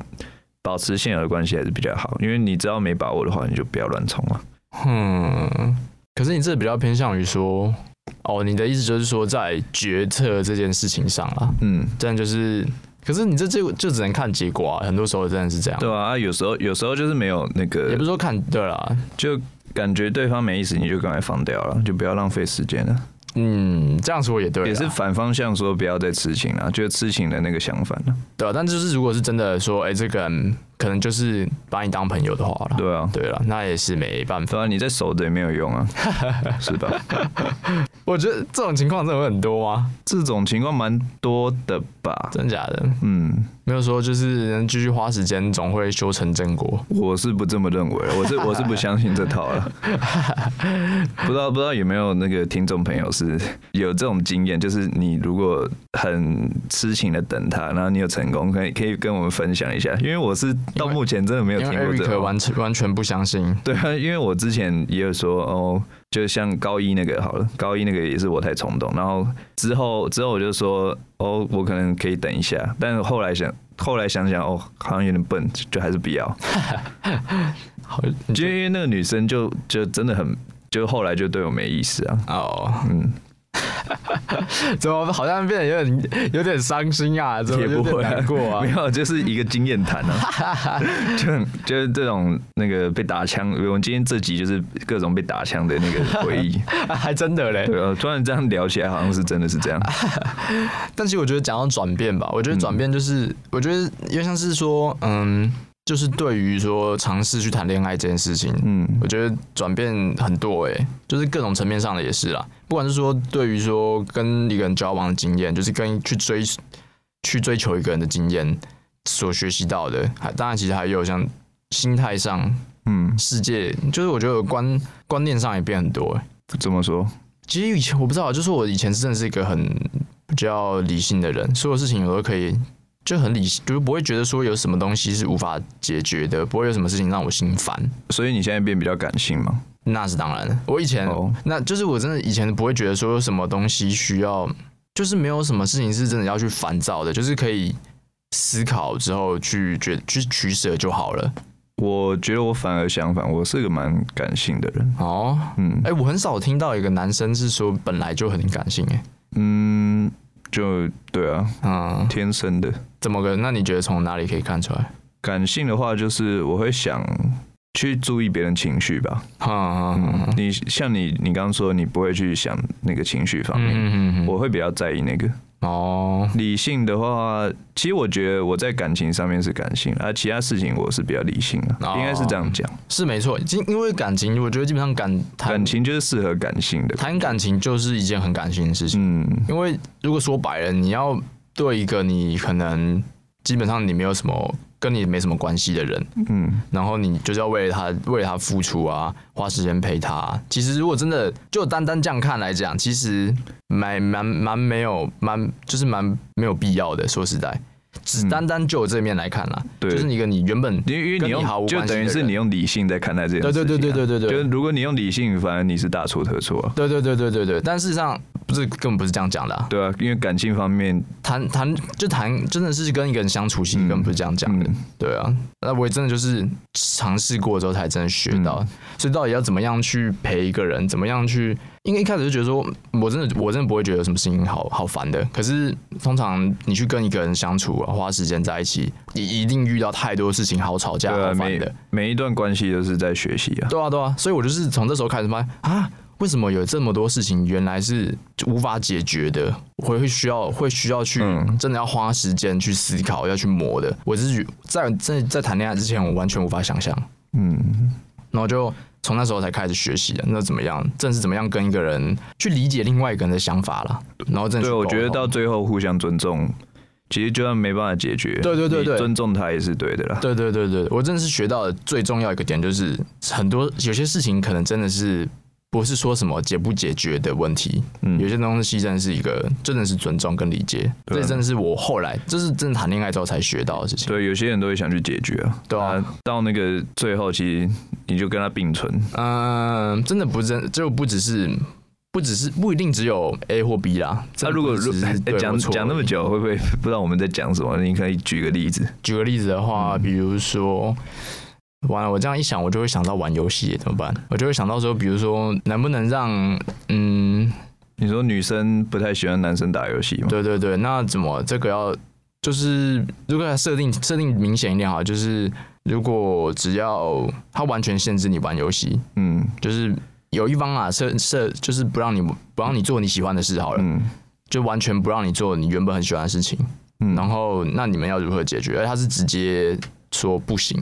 保持现有的关系还是比较好。因为你只要没把握的话，你就不要乱冲啊。
嗯，可是你这比较偏向于说，哦，你的意思就是说在决策这件事情上啦，
嗯，
真的就是，可是你这就就只能看结果啊，很多时候真的是这样，
对啊，啊有时候有时候就是没有那
也
个
不是，说看对啦，
就感觉对方没意思，你就赶快放掉了，就不要浪费时间了。
嗯，这样说也对啦，
也是反方向说不要再痴情了，就是痴情的那个相反
(laughs)
了。
对啊，但就是如果是真的说，哎、这个人可能就是把你当朋友的话了，
对啊，
对了，那也是没办法。
对啊，你在守着也没有
(laughs)
用啊，是吧？
我觉得这种情况真的会很多吗？
这种情况蛮多的吧？
真假的？
嗯，
没有说就是能继续花时间，总会修成正果。
我是不这么认为，我是我是不相信这套了。不知道不知道有没有那个听众朋友是有这种经验，就是你如果很痴情的等他，然后你有成功，可以可以跟我们分享一下，因为我是到目前真的没有
因
听
为
过这
Eric
种。
完全完全不相信，
对啊，因为我之前也有说哦，就像高一那个好了，高一那个也是我太冲动，然后之后之后我就说哦，我可能可以等一下，但后来想后来想想哦，好像有点笨，就就还是不要，
好，
就因为那个女生就就真的很，就后来就对我没意思啊，
哦，
嗯，
(laughs) 怎么好像变得有点有点伤心啊？怎么
也
有点
不会啊
难过啊
没？有，就是一个经验谈啊，就很就是这种那个被打枪，我们今天这集就是各种被打枪的那个回
(laughs)
忆，
(laughs) 还真的嘞。
对啊，突然这样聊起来，好像是真的是这样，
但其实我觉得讲到转变吧，我觉得
嗯
转变就是，我觉得有点像是说，嗯，就是对于说尝试去谈恋爱这件事情，
嗯。
我觉得转变很多诶、就是各种层面上的也是啦。不管是说对于说跟一个人交往的经验，就是跟去追去追求一个人的经验所学习到的，还当然其实还有像心态上、
嗯，
世界，就是我觉得观观念上也变很多、欸。
怎么说？
其实以前我不知道，就是我以前是真的是一个很比较理性的人，所有事情我都可以就很理性，就是不会觉得说有什么东西是无法解决的，不会有什么事情让我心烦。
所以你现在变比较感性吗？
那是当然的，我以前、
哦
那就是我真的以前不会觉得说有什么东西需要，就是没有什么事情是真的要去烦躁的，就是可以思考之后去决去取舍就好了。
我觉得我反而相反，我是个蛮感性的人。
哦，
嗯
哎、我很少听到一个男生是说本来就很感性、欸，
嗯，就对啊，
嗯，
天生的
怎么个？那你觉得从哪里可以看出来？
感性的话，就是我会想去注意别人情绪吧。
哈、嗯，嗯
你像你，你刚刚说你不会去想那个情绪方面，
嗯嗯，
我会比较在意那个。
哦，
理性的话，其实我觉得我在感情上面是感性，而、其他事情我是比较理性的、
哦
应该是这样讲。
是没错，因因为感情，我觉得基本上感谈
感情就是适合感性的，
谈感情就是一件很感性的事情，
嗯，
因为如果说白了，你要对一个你可能基本上你没有什么跟你没什么关系的人，
嗯，
然后你就是要为了他为了他付出啊，花时间陪他啊、其实如果真的就单单这样看来讲，其实蛮蛮蛮没有蛮就是蛮没有必要的。说实在，只单单就这面来看啦，
对
就是一个你原本
因为因为
跟
你
你
用
毫无
就
关系
等于
的
是
人
你用理性在看待这件事情啊、
对对对对对对对
就是如果你用理性，反而你是大错特错啊、
对对对对对对，但事实上不是根本不是这样讲的、啊，
对啊，因为感性方面，
谈谈就谈真的是跟一个人相处，其实
嗯
根本不是这样讲的。
嗯，
对啊，那我也真的就是尝试过之后才真的学到，
嗯
所以到底要怎么样去陪一个人，怎么样去，因为一开始就觉得说，我真的我真的不会觉得有什么事情好好烦的。可是通常你去跟一个人相处啊，花时间在一起，你一定遇到太多事情好吵架、
对
好
啊，
烦的
每。每一段关系都是在学习啊，
对啊，对啊，所以我就是从这时候开始发现啊，为什么有这么多事情原来是无法解决的，我会会需要会需要去、
嗯
真的要花时间去思考，要去磨的。我是觉在在在谈恋爱之前，我完全无法想象，
嗯，
然后就。从那时候才开始学习的，那怎么样？正是怎么样跟一个人去理解另外一个人的想法啦。然后正
对，我觉得到最后互相尊重，其实就算没办法解决，
对对对
你
对
尊重他也是对的啦，
对对对对，我真的是学到的最重要一个点，就是很多有些事情可能真的是不是说什么解不解决的问题，
嗯
有些东西真的是一个真的是尊重跟理解，
对啊
这真的是我后来这是真的谈恋爱之后才学到的事情。
对，有些人都会想去解决啊，
对啊
那到那个最后，其实你就跟他并存，
嗯，真的不真就不只是不只是不一定只有 A 或 B 啦。
那
真的
如果
不只
如
是
哎
对或
讲
错
讲那
而
么
已，
久，会不会不知道我们在讲什么？你可以举个例子，
举个例子的
嗯
话，比如说。完了，我这样一想，我就会想到玩游戏怎么办？我就会想到说，比如说，能不能让嗯
你说女生不太喜欢男生打游戏吗？
对对对，那怎么这个要就是如果要设定设定明显一点好，就是如果只要他完全限制你玩游戏，
嗯
就是有一方啊设设就是不让你不让你做你喜欢的事好了，
嗯
就完全不让你做你原本很喜欢的事情，
嗯，
然后那你们要如何解决？而他是直接说不行，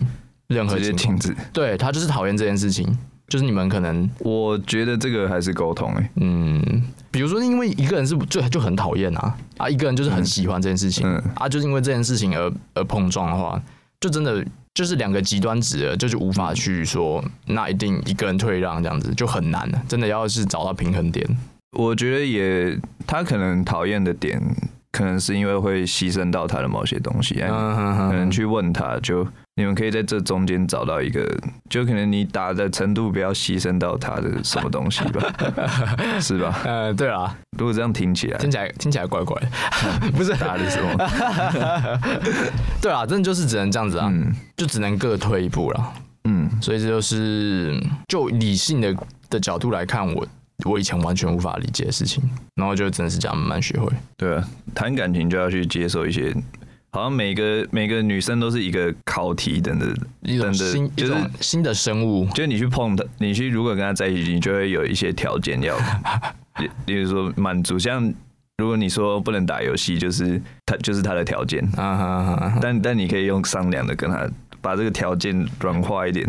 任何
直接
情况
停，止。
对他就是讨厌这件事情，就是你们可能
我觉得这个还是沟通哎、
嗯，比如说，因为一个人是就就很讨厌啊啊，一个人就是很喜欢这件事情、
嗯嗯
啊，就是因为这件事情而而碰撞的话，就真的就是两个极端值了，就是无法去说那一定一个人退让这样子就很难了，真的要是找到平衡点，
我觉得也他可能讨厌的点，可能是因为会牺牲到他的某些东西，哎可能
嗯，
去问他就。你们可以在这中间找到一个，就可能你打的程度不要牺牲到他的什么东西吧，是吧？
呃，对啊，
如果这样听起来，
听起来听起来怪怪的， (laughs) 不是
打的什么？
对啊，真的就是只能这样子啊，
嗯
就只能各退一步了。
嗯，
所以这就是就理性的的角度来看我。我以前完全无法理解的事情，然后就真的是这样慢慢学会。
对啊，谈感情就要去接受一些，好像每个每个女生都是一个考题等的，
一种
真的
新一
就是
种新的生物，
就你去碰她，你去如果跟她在一起，你就会有一些条件要，例例如说满足，像如果你说不能打游戏，就是她就是她的条件，
啊哈哈哈
但但你可以用商量的跟她把这个条件软化一点，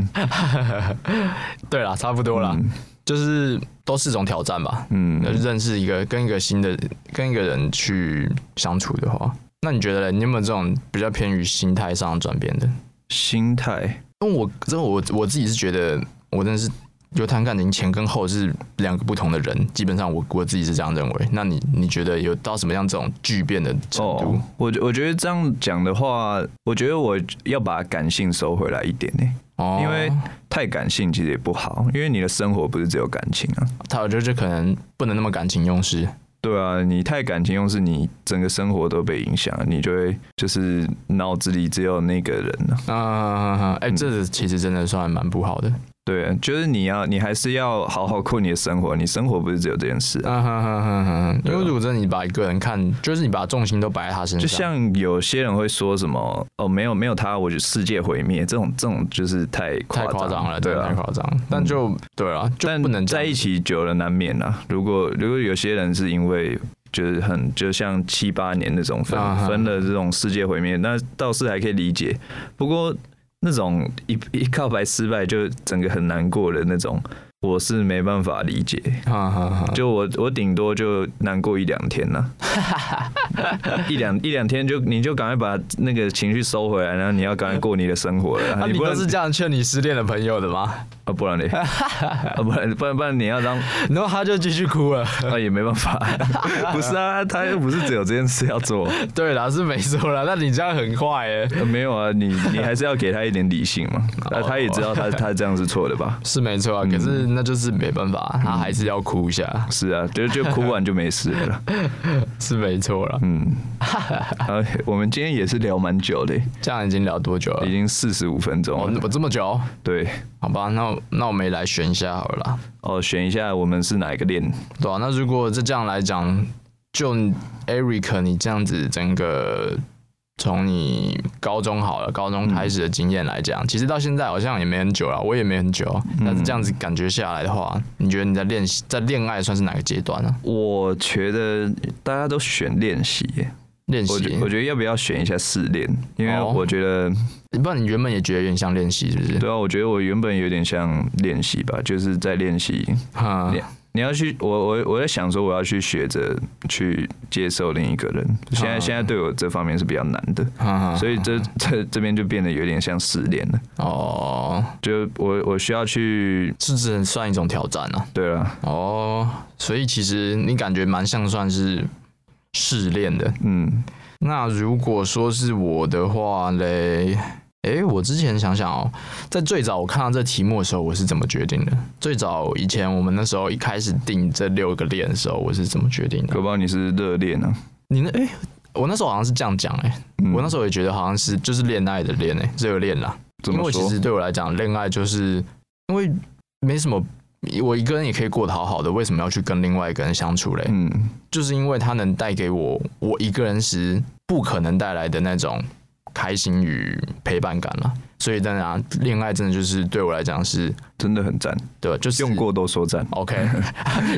对啦，差不多啦，
嗯
就是都是一种挑战吧。要
嗯，
去认识一个跟一个新的跟一个人去相处的话，那你觉得嘞？你有没有这种比较偏于心态上的转变的？
心态，
因为我真的我我自己是觉得，我真的是有谈感情前跟后是两个不同的人，基本上我我自己是这样认为。那你你觉得有到什么样这种巨变的程度
哦？，我觉我觉得这样讲的话，我觉得我要把感性收回来一点呢、
哦
因为太感性其实也不好，因为你的生活不是只有感情啊。
他我觉得这可能不能那么感情用事。
对啊，你太感情用事，你整个生活都被影响，你就会就是脑子里只有那个人了、
啊，哎、
嗯
这其实真的算蛮不好的。
对，啊就是你要，你还是要好好过你的生活。你生活不是只有这件事啊，
啊哈哈哈哈！因为如果真的你把一个人看，就是你把重心都摆在他身上，
就像有些人会说什么哦，没有没有他，我就世界毁灭。这种这种就是太夸
太夸张了，
对
对，太
啊。
夸张。但就对啊，就
但
不能这
在
样
一起久了难免啦。如果如果有些人是因为就是很就像七八年那种分、
啊哈
分了这种世界毁灭，那倒是还可以理解。不过那种一一告白失败就整个很难过的那种，我是没办法理解。
哈哈哈。
就我我顶多就难过一两天
(laughs)
呐、一两一两天就你就赶快把那个情绪收回来，然后你要赶快过你的生活了。
啊，你
不
都
能
是这样劝你失恋的朋友的 (laughs) 吗？
啊，不然嘞，啊不然不然不然你要当
然后他就继续哭了。 (laughs)
啊也没办法，不是啊，他又不是只有这件事要做，
对啦，是没错啦。那你这样很坏耶、
呃没有啊，你你还是要给他一点理性嘛，
哦
啊他也知道他他这样是错的吧。
是没错啊。可是那就是没办法，他还是要哭一下，
是啊，就就哭完就没事
(laughs)
了啦。
是没错啦。
嗯，啊，我们今天也是聊蛮久的，
这样已经聊多久了
已？经四十五分钟
我
了。
我这么久？
对，
好吧，那我那我们也来选一下好了啦。
哦，选一下我们是哪一个链？
对啊，那如果这这样来讲，就 Eric 你这样子整个从你高中好了，高中开始的经验来讲，
嗯
其实到现在好像也没很久了，我也没很久啊，但是这样子感觉下来的话，你觉得你在练习在恋爱算是哪个阶段呢、啊
我觉得大家都选练习耶，
练
我
习
觉，我觉得要不要选一下试练？因为
哦
我觉得，
不然你原本也觉得有点像练习，是不是？
对啊，我觉得我原本有点像练习吧，就是在练习。
哈
你你要去，我我我在想说，我要去学着去接受另一个人。现在、
嗯
现在对我这方面是比较难的，
哈哈，
所以这这这边就变得有点像试练了。
哦，
就我我需要去，
是只算一种挑战啊。
对了，
哦，所以其实你感觉蛮像算是试炼的，
嗯，
啊那如果说是我的话嘞，诶，我之前想想哦，在最早我看到这题目的时候，我是怎么决定的？最早以前我们那时候一开始定这六个链的时候，我是怎么决定的
搞？不好你是热恋呢、
你那诶，我那时候好像是这样讲诶，
嗯
我那时候也觉得好像是就是恋爱的恋诶，热恋啦。
怎
因为
么
我其
说？
实对我来讲，恋爱就是因为没什么，我一个人也可以过得好好的，为什么要去跟另外一个人相处嘞？
嗯
就是因为它能带给我我一个人时不可能带来的那种开心与陪伴感了。所以当然、啊，恋爱真的就是对我来讲是，
真的很赞，
对，就是
用过都说赞。
OK，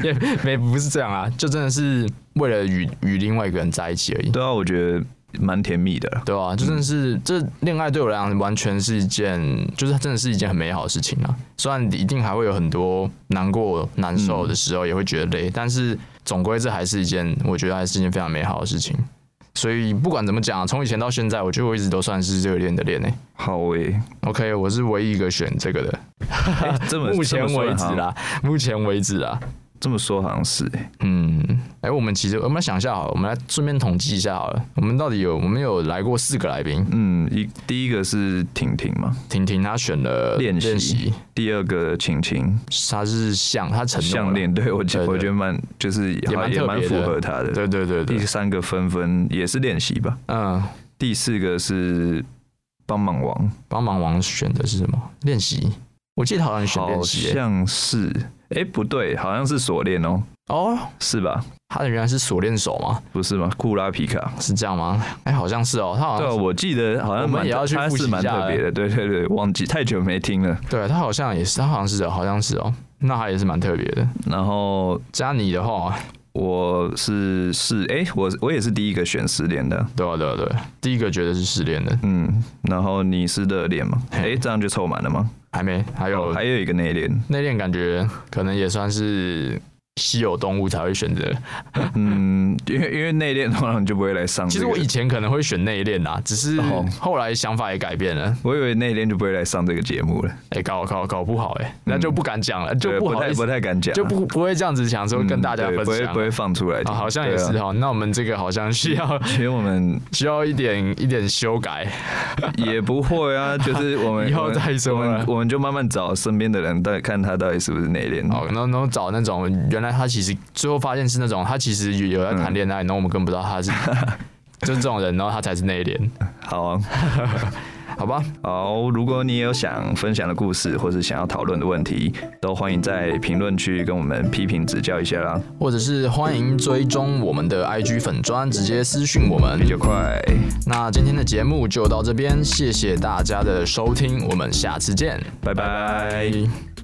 也没不是这样啊，就真的是为了与与另外一个人在一起而已，
对啊，我觉得蛮甜蜜的啦。
对啊吧、就真的是、这恋爱对我来讲完全是一件，就是它真的是一件很美好的事情啊。虽然一定还会有很多难过、难受的时候，也会觉得累，但是总归这还是一件，我觉得还是一件非常美好的事情。所以不管怎么讲，从以前到现在，我觉得我一直都算是热恋的恋诶、欸
好欸诶、
OK，我是唯一一个选这个的，
欸这么
啊目前为止，啦，目前为止啦。
这么说好像是、欸，
嗯，哎、我们其实我们来想一下好了，我们来顺便统计一下好了，我们到底有我们有来过四个来宾，
嗯，一第一个是婷婷嘛，
婷婷她选了
练习
习，
第二个晴晴
她是像她承诺了
项，链，对我觉
对对
我觉得蛮就是也
蛮
也
特
蛮
别
符
的
合她的。
对对对
第
对，
三个纷纷也是练习吧，
嗯，
第四个是帮忙王，
帮忙王选的是什么？练习，我记得好像选
好
练习、欸，
像是哎、欸不对，好像是锁链哦，
哦，
是吧？
他的原来是锁链手吗？
不是吗？库拉皮卡。
是这样吗？哎、好像是哦，他好
对啊，
像
我记得好像
我
蛮
们也要去
它
复习
是蛮
一下哎
特别的，对对对，忘记太久没听了。
对他好像也是，他好像是哦，好像是哦，那他也是蛮特别的。
然后
加你的话，
我是是哎、我我也是第一个选失恋的，
对啊对啊对啊，第一个觉得是失恋的，
嗯，然后你是热恋嘛？哎、
嘿
这样就凑满了吗？
还没，还有、
哦还有一个内恋，
内恋感觉可能也算是稀有动物才会选择。
嗯，因为因为内恋通常就不会来上、
其
这
实
个
我以前可能会选内恋啦，只是
哦
后来想法也改变了。
我以为内恋就不会来上这个节目了，
哎、搞搞搞不好哎、那就不敢讲了，就
对
不好
太
意
不
思，
太敢讲啊，
就不不会这样子想说
嗯
跟大家
对
分
不会
享。
不会放出来、
啊，好像也
对啊
是。哈、那我们这个好像需要
其实我们
需要一点一点修改。
也不
(laughs)
会啊，就是我们
以后再说啊
我们
了
我们我们就慢慢找身边的人，到底看他到底是不是内恋。
好，然后然后找那种原来爱，他其实最后发现是那种他其实有在
嗯
谈恋爱，然后我们根本不知道他
(laughs)
是就是这种人，然后他才是内敛，
好啊、
好吧？
好，如果你也有想分享的故事，或是想要讨论的问题，都欢迎在评论区跟我们批评指教一下啦。
或者是欢迎追踪我们的 IG 粉砖，直接私讯我们
啤。酒快，
那今天的节目就到这边，谢谢大家的收听，我们下次见，
拜拜。
拜